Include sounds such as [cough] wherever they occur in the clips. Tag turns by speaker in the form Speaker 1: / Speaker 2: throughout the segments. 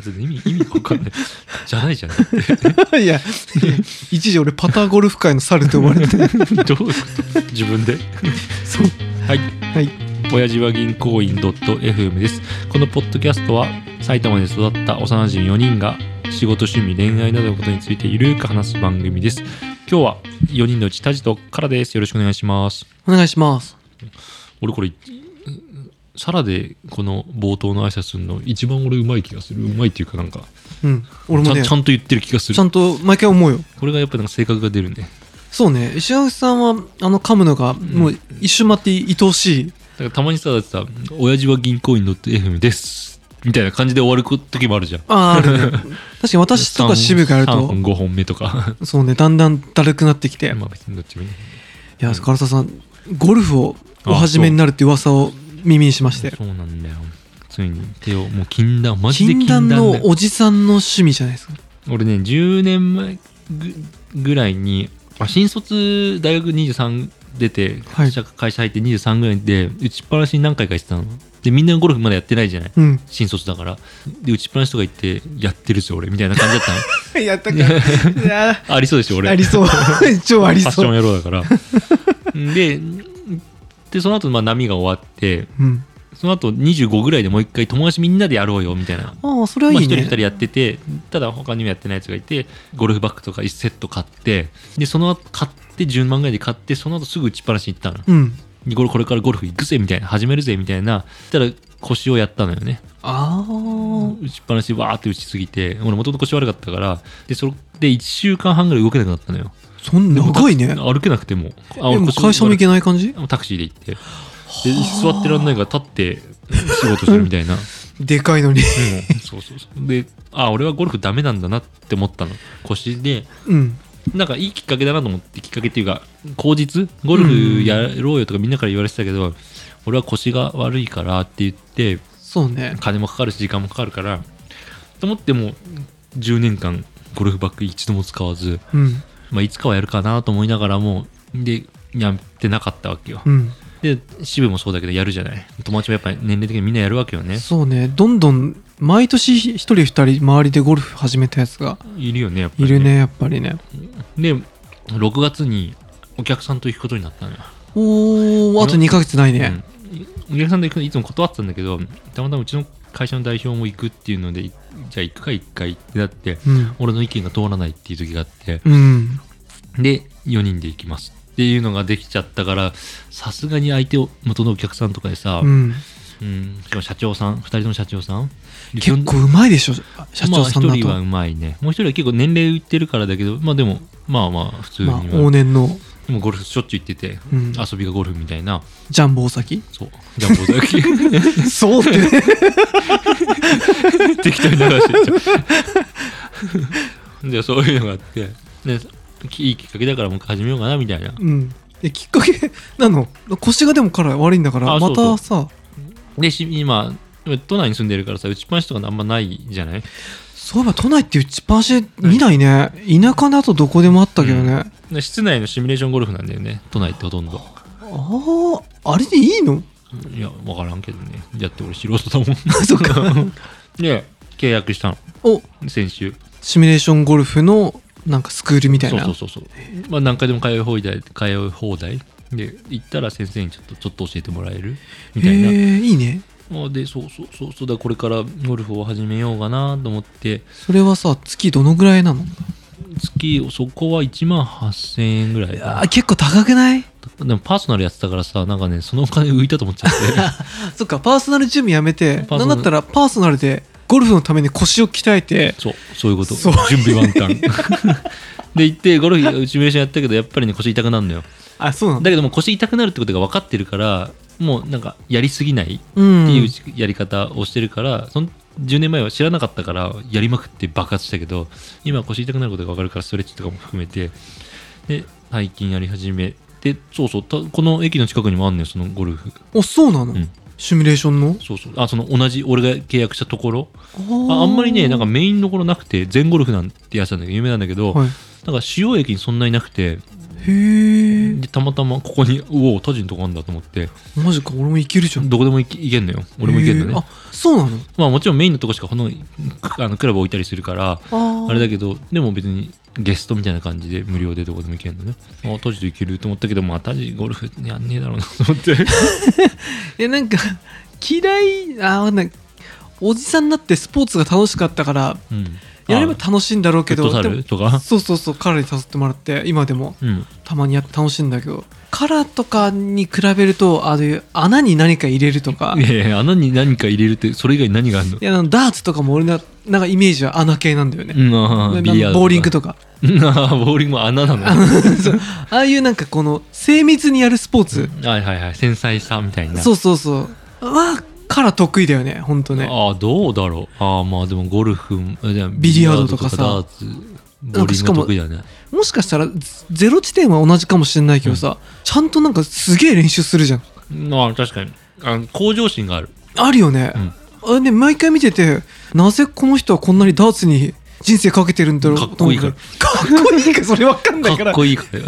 Speaker 1: って意味、意味わかんない。じゃないじゃん。
Speaker 2: [laughs]
Speaker 1: どう
Speaker 2: いや、 [laughs] 一時俺パターゴルフ界の猿と呼ばれて。
Speaker 1: いうこと自分で。
Speaker 2: そう。
Speaker 1: はい。
Speaker 2: はい。
Speaker 1: 親父は銀行員 .fm です。このポッドキャストは埼玉で育った幼馴染4人が仕事、趣味、恋愛などのことについてゆるーく話す番組です。今日は4人のうちタジとからです。よろしくお願いします。
Speaker 2: お願いします。
Speaker 1: 俺これ、サラでこの冒頭の挨拶するの一番俺うまい気がする。うまいっていうかなんか、
Speaker 2: うん。俺
Speaker 1: ち
Speaker 2: も
Speaker 1: ゃん
Speaker 2: ね、
Speaker 1: ちゃんと言ってる気がす
Speaker 2: ちゃ
Speaker 1: る。
Speaker 2: んと毎回思うよ。
Speaker 1: これがやっぱなんか性格が出るね。
Speaker 2: そうね、石垣さんは、あの、噛むのが、もう一瞬待って愛おしい。
Speaker 1: だからたまにさ、だってさ、親父は銀行員のって FM です。みたいな感じで終わる時もあるじゃん。
Speaker 2: ああ、ある [laughs] ね。確かに私とか渋がや
Speaker 1: 3
Speaker 2: ると
Speaker 1: 本、5本目とか。
Speaker 2: そうね、だんだんだるくなって
Speaker 1: [laughs]
Speaker 2: きて。い
Speaker 1: まあ別にどっちもいいね。
Speaker 2: や、唐沢さん、ゴルフをお始めになるって噂を耳にしまして。
Speaker 1: そうなんだよ。ついに手を、もう禁断、マジで
Speaker 2: 禁
Speaker 1: 禁断
Speaker 2: 断
Speaker 1: だよ
Speaker 2: のおじさんの趣味じゃないですか。
Speaker 1: 俺ね、10年前ぐぐらいに、あ新卒大学23出て、
Speaker 2: はい
Speaker 1: 会社会社入って23ぐらいで、打ちっぱなしに何回かしてたの。で、みんなゴルフまだやってないじゃない。
Speaker 2: うん。
Speaker 1: 新卒だから。で、打ちっぱなしとか行って、やってるぞ俺、みたいな感じだったの。
Speaker 2: [laughs] やったから。いや
Speaker 1: ありそうでしょ、俺。
Speaker 2: あり [laughs] そう。超あり
Speaker 1: ファッシ
Speaker 2: そ
Speaker 1: ョン
Speaker 2: う。
Speaker 1: 野郎だから。
Speaker 2: [laughs]
Speaker 1: で、でその後まあ波が終わって、
Speaker 2: うん。
Speaker 1: その後25ぐらいでもう一回友達みんなでやろうよみたいな。
Speaker 2: ああ、それはい
Speaker 1: まあ、
Speaker 2: い
Speaker 1: 一人二
Speaker 2: ね
Speaker 1: 人。やってて、ただ他にもやってないやつがいて、ゴルフバッグとか1セット買って、で、その後買って、10万ぐらいで買って、その後すぐ打ちっぱなしに行ったの。
Speaker 2: うん。
Speaker 1: でこれこれからゴルフ行くぜみたいな、始めるぜみたいな。たら腰をやったのよね。
Speaker 2: ああ。
Speaker 1: 打ちっぱなしでわーって打ちすぎて、俺もともと腰悪かったから、で、それで1週間半ぐらい動けなくなったのよ。
Speaker 2: そん長いね。え、も
Speaker 1: 歩けなくてもう。あ俺
Speaker 2: う
Speaker 1: 腰
Speaker 2: 会社も行けない感じ
Speaker 1: あのタクシーで行ってで座ってらんないから立って仕事するみたいなうん
Speaker 2: でかいのに。
Speaker 1: そうそうそうであ俺はゴルフダメなんだなって思ったの腰で
Speaker 2: うん。
Speaker 1: なんかいいきっかけだなと思ってきっかけっていうか口実ゴルフやろうよとかみんなから言われてたけど、俺は腰が悪いからって言って
Speaker 2: そうね。
Speaker 1: 金もかかるし時間もかかるからと思ってもう10年間ゴルフバッグ一度も使わず、
Speaker 2: うん。
Speaker 1: まあ、いつかはやるかなと思いながらもでやってなかったわけよ、
Speaker 2: うん。
Speaker 1: で渋もそうだけどやるじゃない友達もやっぱり年齢的にみんなやるわけよね
Speaker 2: そうね。どんどん、毎年一人二人周りでゴルフ始めたやつが
Speaker 1: いるよねやっぱり
Speaker 2: いるね、やっぱりね。
Speaker 1: で6月にお客さんと行くことになったのよ、
Speaker 2: おー、あと2ヶ月ないね。
Speaker 1: うん、お客さんと行くのいつも断ってたんだけどたまたまうちの会社の代表も行くっていうのでいじゃあ行くか一回ってなって
Speaker 2: うん。
Speaker 1: 俺の意見が通らないっていう時があって
Speaker 2: うん。
Speaker 1: で4人で行きますっていうのができちゃったからさすがに相手を元のお客さんとかでさ、
Speaker 2: うん。
Speaker 1: うんしかも社長さん2人とも社長さん
Speaker 2: 結構うまいでしょ、社長さん
Speaker 1: まあ
Speaker 2: だ
Speaker 1: 一人は
Speaker 2: と。
Speaker 1: うまいねもう一人は結構年齢いってるからだけどまあでもまあまあ普通に
Speaker 2: ま
Speaker 1: は、
Speaker 2: あ、往年の、
Speaker 1: でもゴルフしょっちゅう行ってて、
Speaker 2: うん
Speaker 1: 遊びがゴルフみたいな
Speaker 2: ジャンボ
Speaker 1: [laughs]
Speaker 2: 大崎
Speaker 1: そうジャンボだ
Speaker 2: そうってね。
Speaker 1: け適当に流してっちゃ
Speaker 2: [laughs]
Speaker 1: うでそういうのがあってでいいきっかけだからもう一回始めようかなみたいな
Speaker 2: うん。え、きっかけなの腰がでもから悪いんだから、
Speaker 1: あそ
Speaker 2: ま
Speaker 1: うそう
Speaker 2: たさ、
Speaker 1: でし今都内に住んでるからさ打ちっぱなしとかあんまないじゃない
Speaker 2: そういえば都内って打ちっぱなし見ないね。田舎だとどこでもあったけどね。あ
Speaker 1: で室内のシミュレーションゴルフなんだよね都内ってほとんど
Speaker 2: あ、あれでいいの
Speaker 1: いや分からんけどねやって俺素人だもん
Speaker 2: そっか。
Speaker 1: で契約した
Speaker 2: [laughs] お、
Speaker 1: の先週
Speaker 2: シミュレーションゴルフのなんかスクールみたいな。
Speaker 1: そうそうそうそう、まあ、何回でも通い放題通い放題で行ったら先生にちょっとちょっと教えてもらえるみたい
Speaker 2: へ
Speaker 1: な
Speaker 2: え、いいね。
Speaker 1: まあでそうそうそうそうだこれからゴルフを始めようかなと思って
Speaker 2: それはさ、月どのぐらいなの
Speaker 1: 月そこは1万8000円ぐらい
Speaker 2: あ結構高くない
Speaker 1: でもパーソナルやってたからさなんかねそのお金浮いたと思っちゃって
Speaker 2: そっか、パーソナルジムやめて、
Speaker 1: パー
Speaker 2: な
Speaker 1: ソナル
Speaker 2: んだったらパーソナルでゴルフのために腰を鍛
Speaker 1: [laughs]
Speaker 2: えて、
Speaker 1: そうそういうこと
Speaker 2: そう
Speaker 1: 準備万端 [laughs] で行ってゴルフシミュレーションやったけどやっぱりね腰痛くなるのよ
Speaker 2: あ、そうなんだ。
Speaker 1: だけどもう腰痛くなるってことが分かってるからもうなんかやりすぎない
Speaker 2: うん。
Speaker 1: っていうやり方をしてるから、その10年前は知らなかったからやりまくって爆発したけど今は腰痛くなることが分かるからストレッチとかも含めてで最近やり始めてそうそうたこの駅の近くにもあんのよそのゴルフ
Speaker 2: お、そうなの、
Speaker 1: うん
Speaker 2: シミュレーションの
Speaker 1: そうそうあその同じ俺が契約したところ
Speaker 2: あ
Speaker 1: ああんまりねなん
Speaker 2: か、
Speaker 1: かメインどころなくて全ゴルフなんてやつなんだけど有名なんだけど、
Speaker 2: はい、
Speaker 1: なんか主要駅にそんなになくて
Speaker 2: へえ
Speaker 1: でたまたまここにうおタジのとこあんだと思って
Speaker 2: マジか俺もいけるじゃん
Speaker 1: どこでも行け行けんのよ俺も行けんの
Speaker 2: へー
Speaker 1: ね
Speaker 2: あそうなの
Speaker 1: まあもちろんメインのとこしかこのあのクラブ置いたりするから
Speaker 2: あー
Speaker 1: あれだけどでも別にゲストみたいな感じで無料でどこでも行けるのねあタジと行けると思ったけどまあタジゴルフやんねえだろうなと思って
Speaker 2: いやなんか嫌いあーなんかおじさんになってスポーツが楽しかったから
Speaker 1: [laughs] うん
Speaker 2: やれば
Speaker 1: あ
Speaker 2: 楽しいんだろうけ
Speaker 1: フッ
Speaker 2: ど
Speaker 1: トサ
Speaker 2: で
Speaker 1: ル
Speaker 2: も
Speaker 1: とか
Speaker 2: そうそうそう彼に誘ってもらって今でも
Speaker 1: うん
Speaker 2: たまにやって楽しいんだけどカラーとかに比べるとああいう穴に何か入れるとか
Speaker 1: いやいや穴に何か入れるってそれ以外に何があるの
Speaker 2: いやあのダーツとかも俺のなんかイメージは穴系なんだよね、
Speaker 1: うんあ
Speaker 2: な
Speaker 1: ービリヤード
Speaker 2: ボーリングとか
Speaker 1: うん [laughs] あーボーリングも穴な
Speaker 2: [laughs]
Speaker 1: のは
Speaker 2: ああいうなんかこの精密にやるスポーツ、
Speaker 1: いはいはい繊細さみたいな
Speaker 2: そうそうそうはから得意だよね本当ね
Speaker 1: ああどうだろうああまあでもゴルフえでも
Speaker 2: ビリヤードとかさ
Speaker 1: ダーツボーリング得意だね
Speaker 2: もしかしたらゼゼロ地点は同じかもしれないけどさ、ちゃんとなんかすげえ練習するじゃん
Speaker 1: ああ確かにあの向上心がある
Speaker 2: あるよね、
Speaker 1: うん
Speaker 2: あれね毎回見ててなぜこの人はこんなにダーツに人生かけてるんだろう
Speaker 1: かっこいいから
Speaker 2: と思うかっこいいかそれわかんないか
Speaker 1: からっこいいから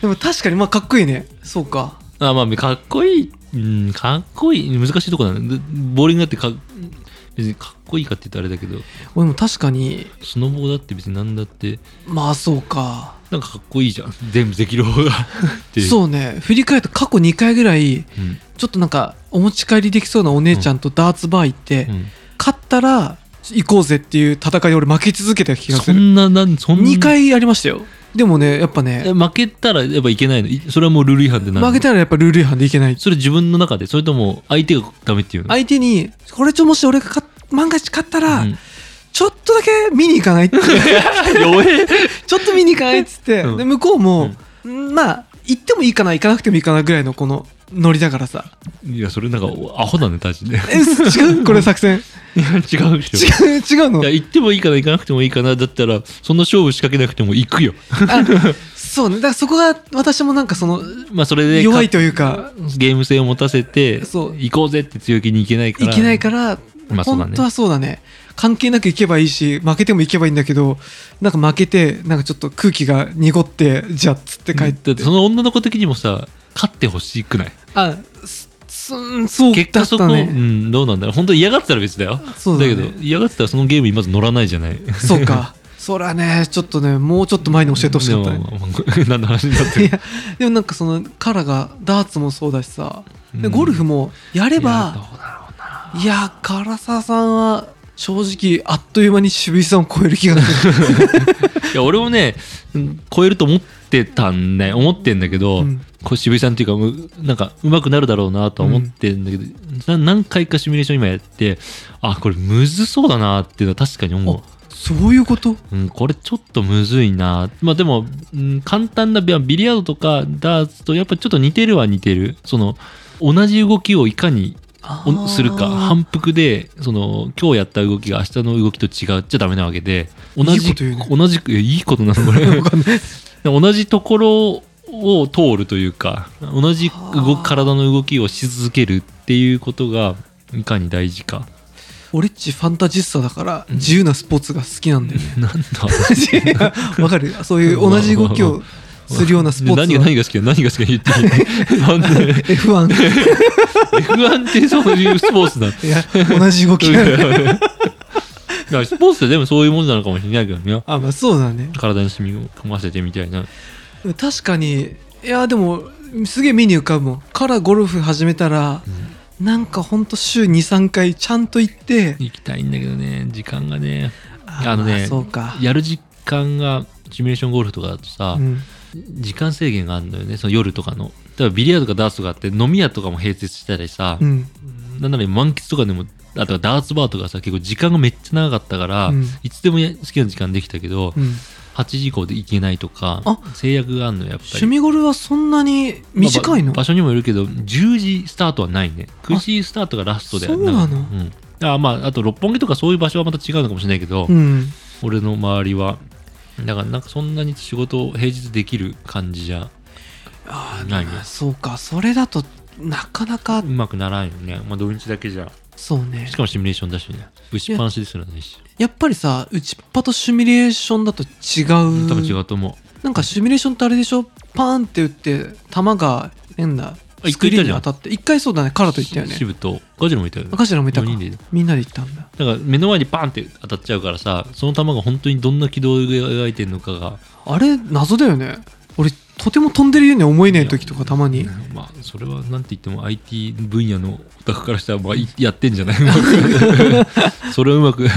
Speaker 2: でも確かにまあかっこいいねそうか
Speaker 1: あまあかっこいいうんかっこいい難しいとこだねでボーリングだってか別にかっこいいかって言ったらあれだけど
Speaker 2: 俺も確かに
Speaker 1: スノボーだって別に何だって
Speaker 2: まあそうか
Speaker 1: なんかかっこいいじゃん全部できる方がっていう
Speaker 2: そうね振り返ると過去2回ぐらい
Speaker 1: うん、
Speaker 2: ちょっとなんかお持ち帰りできそうなお姉ちゃんとダーツバー行って、
Speaker 1: うん
Speaker 2: 勝ったら行こうぜっていう戦いで俺負け続けた気がす
Speaker 1: そ
Speaker 2: る
Speaker 1: んななんそんな
Speaker 2: 2回やりましたよでもねやっぱね
Speaker 1: え負けたらやっぱいけないのいそれはもうルール違反でなるの
Speaker 2: 負けたらやっぱルール違反でいけない
Speaker 1: それ自分の中でそれとも相手がダメっていうの
Speaker 2: 相手にこれちょもし俺が勝っ万が一勝ったら、
Speaker 1: うん
Speaker 2: ちょっとだけ見に行かないって [laughs]
Speaker 1: 弱え
Speaker 2: ちょっと見に行かないっつって、
Speaker 1: うん
Speaker 2: で向こうも、まあ行ってもいいかな行かなくてもいいかなぐらいのこのノリだからさ
Speaker 1: いやそれなんかアホだねタジ
Speaker 2: [laughs]
Speaker 1: でい
Speaker 2: え違うこれ作戦
Speaker 1: や違うでしょ
Speaker 2: 違う違うの
Speaker 1: いや行ってもいいかな行かなくてもいいかなだったらそんな勝負仕掛けなくても行くよ
Speaker 2: あそうねだからそこが私もなんかその
Speaker 1: まあそれで
Speaker 2: 弱いというか
Speaker 1: かゲーム性を持たせて
Speaker 2: そう
Speaker 1: 行こうぜって強気に行けないか
Speaker 2: い
Speaker 1: ら
Speaker 2: けないから、
Speaker 1: まあそうだね
Speaker 2: 本当はそうだね関係なく行けばいいし負けても行けばいいんだけどなんか負けてなんかちょっと空気が濁ってじゃっつって帰っ
Speaker 1: だ
Speaker 2: て、
Speaker 1: ってその女の子的にもさ勝ってほしくない
Speaker 2: あそそそう
Speaker 1: 結
Speaker 2: だ
Speaker 1: 果
Speaker 2: っ
Speaker 1: そこ、
Speaker 2: た
Speaker 1: う
Speaker 2: ね
Speaker 1: んどうなんだろう本当に嫌がってたら別だよ
Speaker 2: そうだね
Speaker 1: けど嫌がってたらそのゲームにまず乗らないじゃない
Speaker 2: そう
Speaker 1: [laughs]
Speaker 2: かそらねちょっとねもうちょっと前に教えてほしかった
Speaker 1: で
Speaker 2: ね
Speaker 1: もまあまあ [laughs] 何の話になって
Speaker 2: い
Speaker 1: る
Speaker 2: [laughs] やでもなんかそのカラがダーツもそうだしさ、で
Speaker 1: うん
Speaker 2: ゴルフもやれ
Speaker 1: いや
Speaker 2: ば
Speaker 1: どうだろう
Speaker 2: いや唐沢さんは正直あっという間に渋井さんを超える気
Speaker 1: [laughs]
Speaker 2: がする、
Speaker 1: いや俺もねうん超えると思ってたんね思ってんだけど、
Speaker 2: うん
Speaker 1: こう渋井さんっていうかうなんか上手くなるだろうなとは思ってんだけど、な何回かシミュレーション今やってあこれむずそうだなっていうのは確かに思う
Speaker 2: あ。そういうこと
Speaker 1: うん、これちょっとむずいなまあでも、うん、簡単なビビリヤードとかダーツとやっぱちょっと似てるは似てるその同じ動きをいかにお
Speaker 2: あー
Speaker 1: するか反復でその今日やった動きが明日の動きと違っちゃダメなわけで同じ
Speaker 2: いいこと言うね
Speaker 1: 同じいやいいことな
Speaker 2: [laughs]
Speaker 1: のこれ同じところを通るというか同じ動
Speaker 2: あー
Speaker 1: き体の動きをし続けるっていうことがいかに大事か
Speaker 2: 俺っちファンタジスタだから自由なスポーツが好きなんだよね。
Speaker 1: なんだ
Speaker 2: [laughs] わかるそういう同じ動きをするようなスポーツ
Speaker 1: 何が
Speaker 2: は
Speaker 1: 何が好きだ何が好きだ言っていいなんで [laughs]
Speaker 2: F1
Speaker 1: F1 ってそういうスポーツ
Speaker 2: [laughs]
Speaker 1: なの
Speaker 2: いや同じ動きがあ
Speaker 1: [laughs]
Speaker 2: る
Speaker 1: だからスポーツってでもそういうもんなのかもしれないけどね
Speaker 2: あまあそうだね
Speaker 1: 体に染み込ませてみたいな
Speaker 2: 確かにいやでもすげえ目に浮かぶもんからゴルフ始めたら、なんかほんと週23回ちゃんと行って
Speaker 1: 行きたいんだけどね時間がね
Speaker 2: あ
Speaker 1: あのね
Speaker 2: そうか
Speaker 1: やる時間がシミュレーションゴルフとかだとさ、
Speaker 2: うん
Speaker 1: 時間制限があるんだよねその夜とかの例えばビリヤードとかダーツとかあって飲み屋とかも併設したりさ、
Speaker 2: うん
Speaker 1: なんなら満喫とかでもあとはダーツバーとかさ結構時間がめっちゃ長かったから、
Speaker 2: うん
Speaker 1: いつでも好きな時間できたけど、
Speaker 2: うん
Speaker 1: 8時以降で行けないとか
Speaker 2: あ
Speaker 1: 制約があるのよやっぱり
Speaker 2: 趣味ゴルはそんなに短い
Speaker 1: ま
Speaker 2: の
Speaker 1: あ場所にもよるけど10時スタートはないね9時スタートがラストで
Speaker 2: そうなの
Speaker 1: うんあまあ、あと六本木とかそういう場所はまた違うのかもしれないけど、
Speaker 2: うん
Speaker 1: 俺の周りはだからなんかそんなに仕事を平日できる感じじゃ
Speaker 2: あ
Speaker 1: ないね
Speaker 2: あそうかそれだとなかなか
Speaker 1: うまくならんよね、まあ、土日だけじゃ
Speaker 2: そうね
Speaker 1: しかもシミュレーションだしね打ちっぱなしですらないし
Speaker 2: やっぱりさ打ちっぱとシミュレーションだと違う
Speaker 1: 多分違うと思う
Speaker 2: なんかシミュレーションってあれでしょパーンって打って弾が変な
Speaker 1: あ一
Speaker 2: スク
Speaker 1: 回行ったじ
Speaker 2: リーンに
Speaker 1: ゃん
Speaker 2: 当たって一回そうだねカラと言ったよね
Speaker 1: シブとガジラもいたよね
Speaker 2: 赤白も見たか
Speaker 1: 四人で
Speaker 2: みんなで行ったんだ
Speaker 1: だから目の前にバーンって当たっちゃうからさその球が本当にどんな軌道を描いてるのかが
Speaker 2: あれ謎だよね俺とても飛んでるように思えない時とかたまに
Speaker 1: まあそれはなんて言っても IT 分野のオタクからしたらまあいやってん
Speaker 2: [laughs]
Speaker 1: じゃないそれをうまく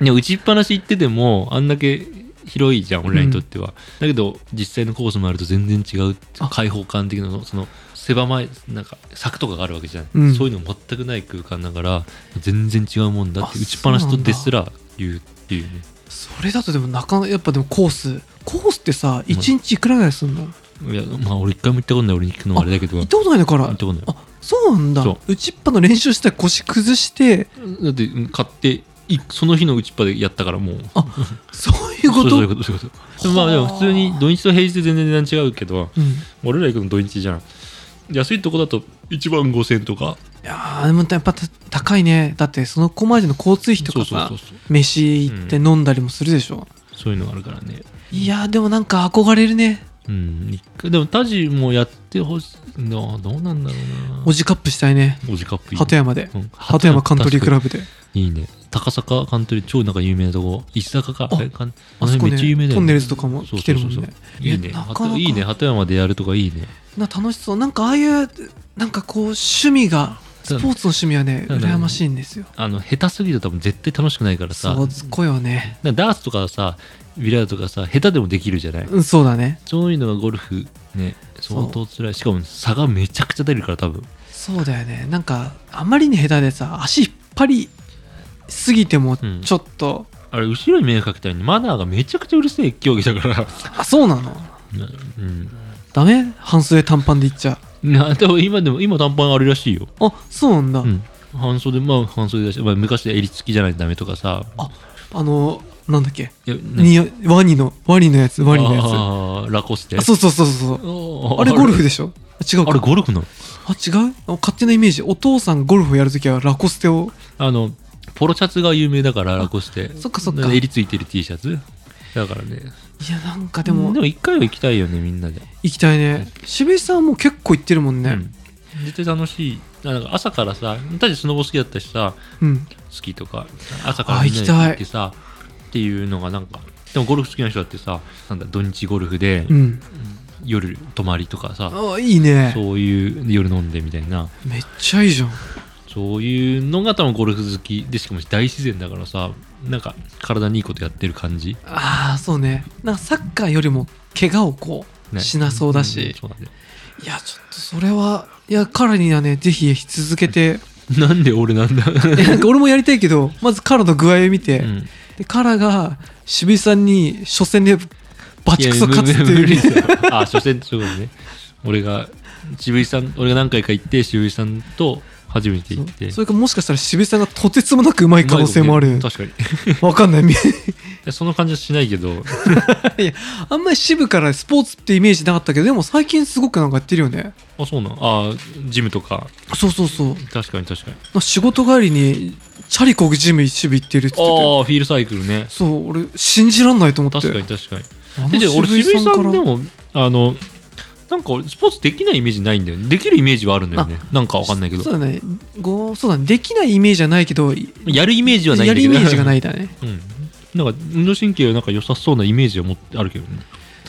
Speaker 1: でも打ちっぱなし行っててもあんだけ広いじゃん俺らにとっては、だけど実際のコースもあると全然違う
Speaker 2: あ
Speaker 1: 開放感的なそのその狭まいなんか柵とかがあるわけじゃん、
Speaker 2: うん
Speaker 1: そういうの全くない空間だから全然違うもんだって
Speaker 2: あ
Speaker 1: 打ちっぱなしとですら言うっていうね
Speaker 2: それだとでもなかなかやっぱでもコースコースってさ一日いくらぐらいすんの
Speaker 1: いやまあ俺一回も行ったことない俺に聞くのはあれだけど
Speaker 2: 行ったことないのから
Speaker 1: 行ったことない
Speaker 2: あそうなんだ
Speaker 1: そう
Speaker 2: 打ちっぱの練習したら腰崩して
Speaker 1: だってうん買っていその日の打ちっぱでやったからもう
Speaker 2: あそういう
Speaker 1: そ
Speaker 2: こ
Speaker 1: う
Speaker 2: と
Speaker 1: そういうことそういうことでもまあでも普通に土日と平日で全然違うけど
Speaker 2: うん、い
Speaker 1: 俺ら行くの土日じゃん安いとこだと1万5000とか
Speaker 2: やーでもやっぱた高いねだってそのこまでの交通費と
Speaker 1: そう
Speaker 2: か
Speaker 1: そう
Speaker 2: さ
Speaker 1: そうそう
Speaker 2: 飯行って飲んだりもするでしょ、
Speaker 1: そういうのがあるからね
Speaker 2: いやーでもなんか憧れるね
Speaker 1: うん一回でもタジもやってほしいなどうなんだろうな
Speaker 2: おじカップしたいね
Speaker 1: おじカップいいね
Speaker 2: 鳩山で、
Speaker 1: うん
Speaker 2: 鳩山カントリークラブで
Speaker 1: いいね高坂カントリー超なんか有名なとこ石坂か
Speaker 2: あ
Speaker 1: れかん
Speaker 2: あそこ
Speaker 1: め
Speaker 2: ね
Speaker 1: っちゃ有名だよね
Speaker 2: トンネルズとかも
Speaker 1: そう
Speaker 2: 来
Speaker 1: そ
Speaker 2: て
Speaker 1: う
Speaker 2: る
Speaker 1: そ
Speaker 2: も
Speaker 1: うんそう
Speaker 2: ね
Speaker 1: いいね
Speaker 2: いやなかなか
Speaker 1: 鳩いいね鳩山でやるとかいいね
Speaker 2: な楽しそうなんかああいうなんかこう趣味がス
Speaker 1: そう
Speaker 2: ポー
Speaker 1: だね
Speaker 2: ツの趣味はね
Speaker 1: そうだね
Speaker 2: 羨ましいんですよ
Speaker 1: あの下手すぎると多分絶対楽しくないからさ
Speaker 2: そうずっこよね
Speaker 1: だからダーツとかさビリヤードとかさ下手でもできるじゃない、
Speaker 2: うんそうだね
Speaker 1: そういうのがゴルフね
Speaker 2: そう
Speaker 1: 相当辛いしかも差がめちゃくちゃ出るから多分
Speaker 2: そうだよねなんかあまりに下手でさ足引っ張りすぎても
Speaker 1: うん
Speaker 2: ちょっと、
Speaker 1: あれ後ろに迷惑かけたのにマナーがめちゃくちゃうるせえ競技だ
Speaker 2: [laughs]
Speaker 1: から
Speaker 2: あそうなの
Speaker 1: うん
Speaker 2: ダメ半袖短パンでいっちゃ
Speaker 1: なでも今でも今短パンあるらしいよ、
Speaker 2: うあそうなんだ、
Speaker 1: うん、半袖まあ半袖だし、まあ、昔で襟付きじゃないとダメとかさ
Speaker 2: ああのなんだっけ
Speaker 1: いや
Speaker 2: にワニのワニのやつワニのやつあ
Speaker 1: あーラコステ
Speaker 2: そうそうそうそうそう
Speaker 1: あ
Speaker 2: あれゴルフ
Speaker 1: で
Speaker 2: でしょ違うか
Speaker 1: あれゴルフなの
Speaker 2: あ違うあ勝手なイメージお父さんゴルフやるときはラコステを
Speaker 1: あのポロシャツが有名だからラコステ
Speaker 2: そっかそっか
Speaker 1: 襟ついてる T シャツだからね
Speaker 2: いやなんか
Speaker 1: で
Speaker 2: で
Speaker 1: も
Speaker 2: も
Speaker 1: でも一回は行きたいよねみんなで、
Speaker 2: 行きたいね渋井さんはもう結構行ってるもん
Speaker 1: う
Speaker 2: ね
Speaker 1: ん、絶対楽しいあなんか朝からさたちスノボ好きだったしさ
Speaker 2: うん、
Speaker 1: スキーとか朝からみんなで
Speaker 2: あ行きたい
Speaker 1: 行ってさっていうのがなんかでもゴルフ好きな人だってさなんだ土日ゴルフで
Speaker 2: うん
Speaker 1: 夜泊まりとかさ、
Speaker 2: あいいね
Speaker 1: [laughs] そういう夜飲んでみたいな
Speaker 2: めっちゃいいじゃん
Speaker 1: そういうのが多分ゴルフ好きでしかも大自然だからさなんか体にいいことやってる感じ
Speaker 2: ああそうねなんかサッカーよりも怪我をこう
Speaker 1: ね
Speaker 2: しなそうだ
Speaker 1: ん
Speaker 2: し、
Speaker 1: そうだね
Speaker 2: いやちょっとそれはいや彼にはねぜひ続けて
Speaker 1: なんで俺なんだ、
Speaker 2: えなんか [laughs] 俺もやりたいけどまずカラの具合を見て、
Speaker 1: うん
Speaker 2: でカラが渋井さんに初戦でバチクソ勝つって
Speaker 1: 無理
Speaker 2: いう
Speaker 1: あ初戦ってそういうことね俺が渋井さん俺が何回か行って渋井さんと初めて行って
Speaker 2: [laughs] それかもしかしたら渋井さんがとてつもなくうまい可能性もあ
Speaker 1: うまい
Speaker 2: る
Speaker 1: ことね確か
Speaker 2: わかんないみ
Speaker 1: にその感じはしないけど
Speaker 2: [laughs] いやあんまり渋からスポーツってイメージなかったけどでも最近すごくなんかやってるよね
Speaker 1: あそうなんあジムとか
Speaker 2: そうそうそう
Speaker 1: 確かに確かに
Speaker 2: な仕事帰りにチャリこぐジム渋行ってるって
Speaker 1: あ
Speaker 2: 言って
Speaker 1: あフィールサイクルね
Speaker 2: てそう俺信じらんないと思って
Speaker 1: 確かに確かに
Speaker 2: あ
Speaker 1: でで
Speaker 2: の
Speaker 1: 俺
Speaker 2: 渋井
Speaker 1: 渋井
Speaker 2: さん
Speaker 1: さ
Speaker 2: か
Speaker 1: んで
Speaker 2: ら
Speaker 1: もあのなんか俺スポーツできないイメージないんだよねできるイメージはあるんだよねなんかわかんないけど
Speaker 2: そうだねごそうだねできないイメージじゃないけど
Speaker 1: やるイメージはないん
Speaker 2: や
Speaker 1: だ
Speaker 2: る
Speaker 1: け
Speaker 2: イ
Speaker 1: ど、
Speaker 2: メージがないいだね
Speaker 1: [laughs] うん、なんか運動神経はなんか良さそうなイメージは持ってあるけどね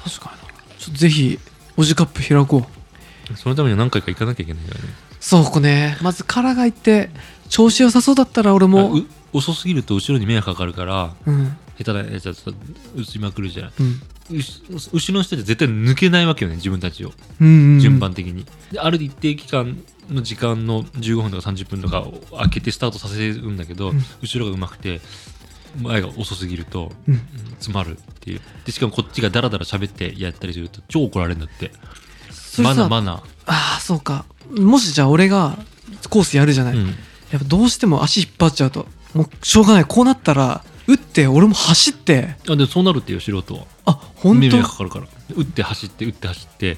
Speaker 2: 確かになちょっとぜひおじカップ開こう
Speaker 1: そのためには何回か行かなきゃいけないからね。
Speaker 2: そうこねまずカラが行って調子良さそうだったら俺
Speaker 1: あ
Speaker 2: も
Speaker 1: う遅すぎると後ろに迷惑かかるから、
Speaker 2: うん
Speaker 1: 下手なやつだと打ちまくるじゃない。
Speaker 2: うん
Speaker 1: うし後ろの人って絶対抜けないわけよね、自分たちを。
Speaker 2: うんうん
Speaker 1: 順番的に。である一定期間の時間の15分とか30分とかを空けてスタートさせるんだけど、
Speaker 2: うん
Speaker 1: 後ろがうまくて、前が遅すぎると、
Speaker 2: うん
Speaker 1: 詰まるっていう。で、しかもこっちがダラダラ喋ってやったりすると、超怒られるんだって。
Speaker 2: それ
Speaker 1: マナ
Speaker 2: さ
Speaker 1: ー、マナー。
Speaker 2: ああそうかもしじゃあ俺がコースやるじゃない、
Speaker 1: うん
Speaker 2: やっぱどうしても足引っ張っちゃうともうしょうがないこうなったら打って俺も走って
Speaker 1: あでそうなるってよ、素人は。
Speaker 2: あ本
Speaker 1: 目
Speaker 2: 当
Speaker 1: がかかるから打って走って打って走って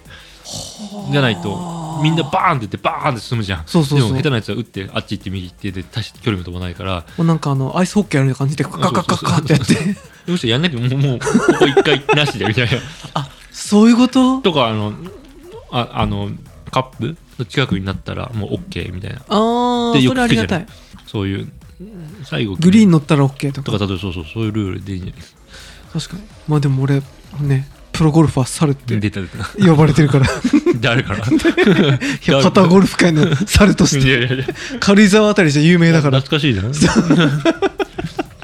Speaker 1: じゃないとみんなバーンってってバーンって進むじゃん
Speaker 2: そうそうそう
Speaker 1: でも下手なやつは打ってあっち行って右行ってで大して距離も飛ばないから
Speaker 2: もうなんかあのアイスホッケーやるような感じでカカカカカってやって
Speaker 1: そうむしろやんなきゃもうもうここ一回なしでみたいな
Speaker 2: あそうい
Speaker 1: [laughs]
Speaker 2: うこと
Speaker 1: とかあのああのカップの近くになったらもう OK みたいな
Speaker 2: ああ
Speaker 1: でよ
Speaker 2: そ
Speaker 1: く
Speaker 2: れあ
Speaker 1: 聞く
Speaker 2: り
Speaker 1: じゃ
Speaker 2: がた
Speaker 1: ない
Speaker 2: い
Speaker 1: そういう最後
Speaker 2: グリーン乗ったら OK と
Speaker 1: と
Speaker 2: か
Speaker 1: か例えばそうそうそういうルールでいいんじゃない
Speaker 2: 確かにまあでも俺ねプロゴルファー猿って
Speaker 1: 出た出た
Speaker 2: 呼ばれて
Speaker 1: [laughs]
Speaker 2: るから
Speaker 1: 誰
Speaker 2: [laughs]
Speaker 1: から
Speaker 2: いや肩ゴルフ界の猿とし
Speaker 1: いや
Speaker 2: て
Speaker 1: いやいや
Speaker 2: 軽井沢あたりじゃ有名だから
Speaker 1: 懐かしいじゃん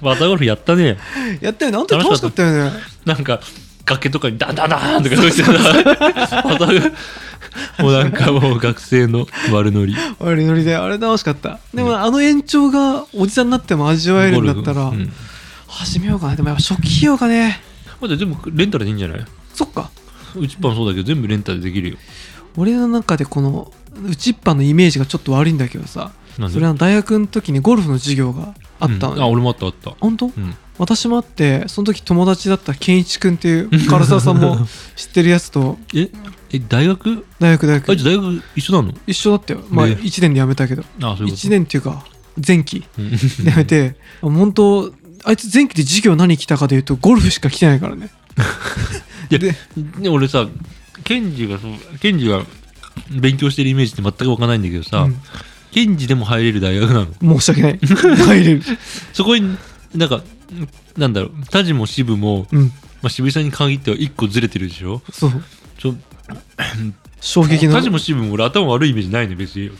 Speaker 1: バターゴルフやったね
Speaker 2: やったよねあんた楽しかったよね
Speaker 1: なんか崖とかにダンダンダンとかそうしてたバターもうなんかもう学生の悪ノリ
Speaker 2: あれノリであれ楽しかったでもあの延長がおじさんになっても味わえるんだったら
Speaker 1: ゴルフうん
Speaker 2: 始めようかなでもやっぱ初期費用がね
Speaker 1: まだ全部レンタルでいいんじゃない
Speaker 2: そっか
Speaker 1: うちっぱもそうだけど全部レンタルできるよ
Speaker 2: 俺の中でこの内っ端のイメージがちょっと悪いんだけどさ
Speaker 1: なんで
Speaker 2: それは大学の時にゴルフの授業があったの
Speaker 1: うんあ
Speaker 2: よ
Speaker 1: 俺もあったあった
Speaker 2: 本当
Speaker 1: うん
Speaker 2: 私もあってその時友達だった健一君っていう唐沢さん
Speaker 1: [laughs]
Speaker 2: も知ってるやつと
Speaker 1: ええ大学
Speaker 2: 大学大学
Speaker 1: あじゃあ大学一緒なの
Speaker 2: 一緒だったよまあ
Speaker 1: ね
Speaker 2: 1年で辞めたけど
Speaker 1: あそういうこと
Speaker 2: 1年っていうか前期
Speaker 1: うん
Speaker 2: で辞めて本当あいつ前期で授業何来たかでいうとゴルフしか来てないからね
Speaker 1: いや
Speaker 2: で
Speaker 1: で俺さケンジがそうケンジが勉強してるイメージって全くわかんないんだけどさ、
Speaker 2: うん
Speaker 1: ケンジでも入れる大学なの
Speaker 2: 申し訳ない
Speaker 1: [laughs]
Speaker 2: 入れる
Speaker 1: そこになんかなんだろうタジもシブも、
Speaker 2: うん
Speaker 1: まあ、渋井さんに限っては1個ずれてるでしょ
Speaker 2: そう
Speaker 1: ちょ
Speaker 2: 衝撃の
Speaker 1: タジもシブも俺頭悪いイメージないね別に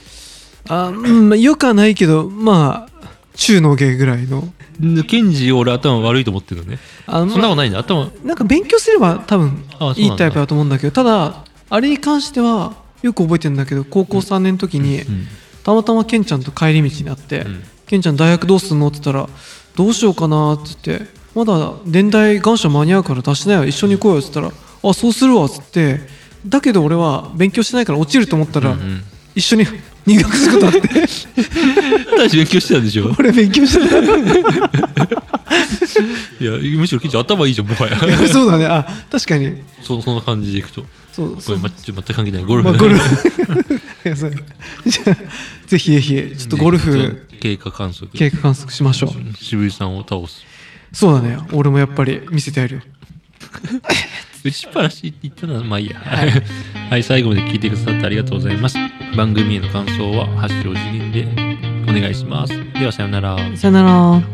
Speaker 2: あ、うんまあ、よくはないけどまあ中の芸ぐらいの
Speaker 1: でケンジ俺頭悪いと思ってるのね
Speaker 2: あ
Speaker 1: そんな
Speaker 2: ま
Speaker 1: ことないんだ頭
Speaker 2: あなんか勉強すれば多分
Speaker 1: あそう
Speaker 2: い
Speaker 1: なんだ
Speaker 2: いタイプだと思うんだけどただあれに関してはよく覚えてるんだけど高校3年の時
Speaker 1: う
Speaker 2: に
Speaker 1: ん
Speaker 2: たまたまケンちゃんと帰り道になって
Speaker 1: うん
Speaker 2: 「ケンちゃん大学どうすんの?」って言ったら「どうしようかな」って言って「まだ年代願書間に合うから出しなよ一緒に行こうよ」って言ったら「あそうするわ」っつってだけど俺は勉強してないから落ちると思ったら
Speaker 1: ん
Speaker 2: 一緒に入学することあって
Speaker 1: [laughs] タジ勉強してたでしょ
Speaker 2: 俺勉強してた [laughs]
Speaker 1: いやむしろケンジ頭いいじゃんもはや [laughs]
Speaker 2: そうだねあ確かに
Speaker 1: そそんな感じでいくと
Speaker 2: そう
Speaker 1: こ
Speaker 2: そ
Speaker 1: れ
Speaker 2: う
Speaker 1: まちょ全く関係ないゴルフ
Speaker 2: まあゴル [laughs] フいやそうじゃあぜひぜひちょっとゴルフ
Speaker 1: 経過観測
Speaker 2: 経過観測しましょう
Speaker 1: 渋井さんを倒す
Speaker 2: そうだね俺もやっぱり見せてやるよ
Speaker 1: 打ちっぱなしって言ったのはまあいいやはい最後まで聞いてくださってありがとうございます番組への感想は「ハッシュお次元」でお願いしますではさようなら
Speaker 2: さよなら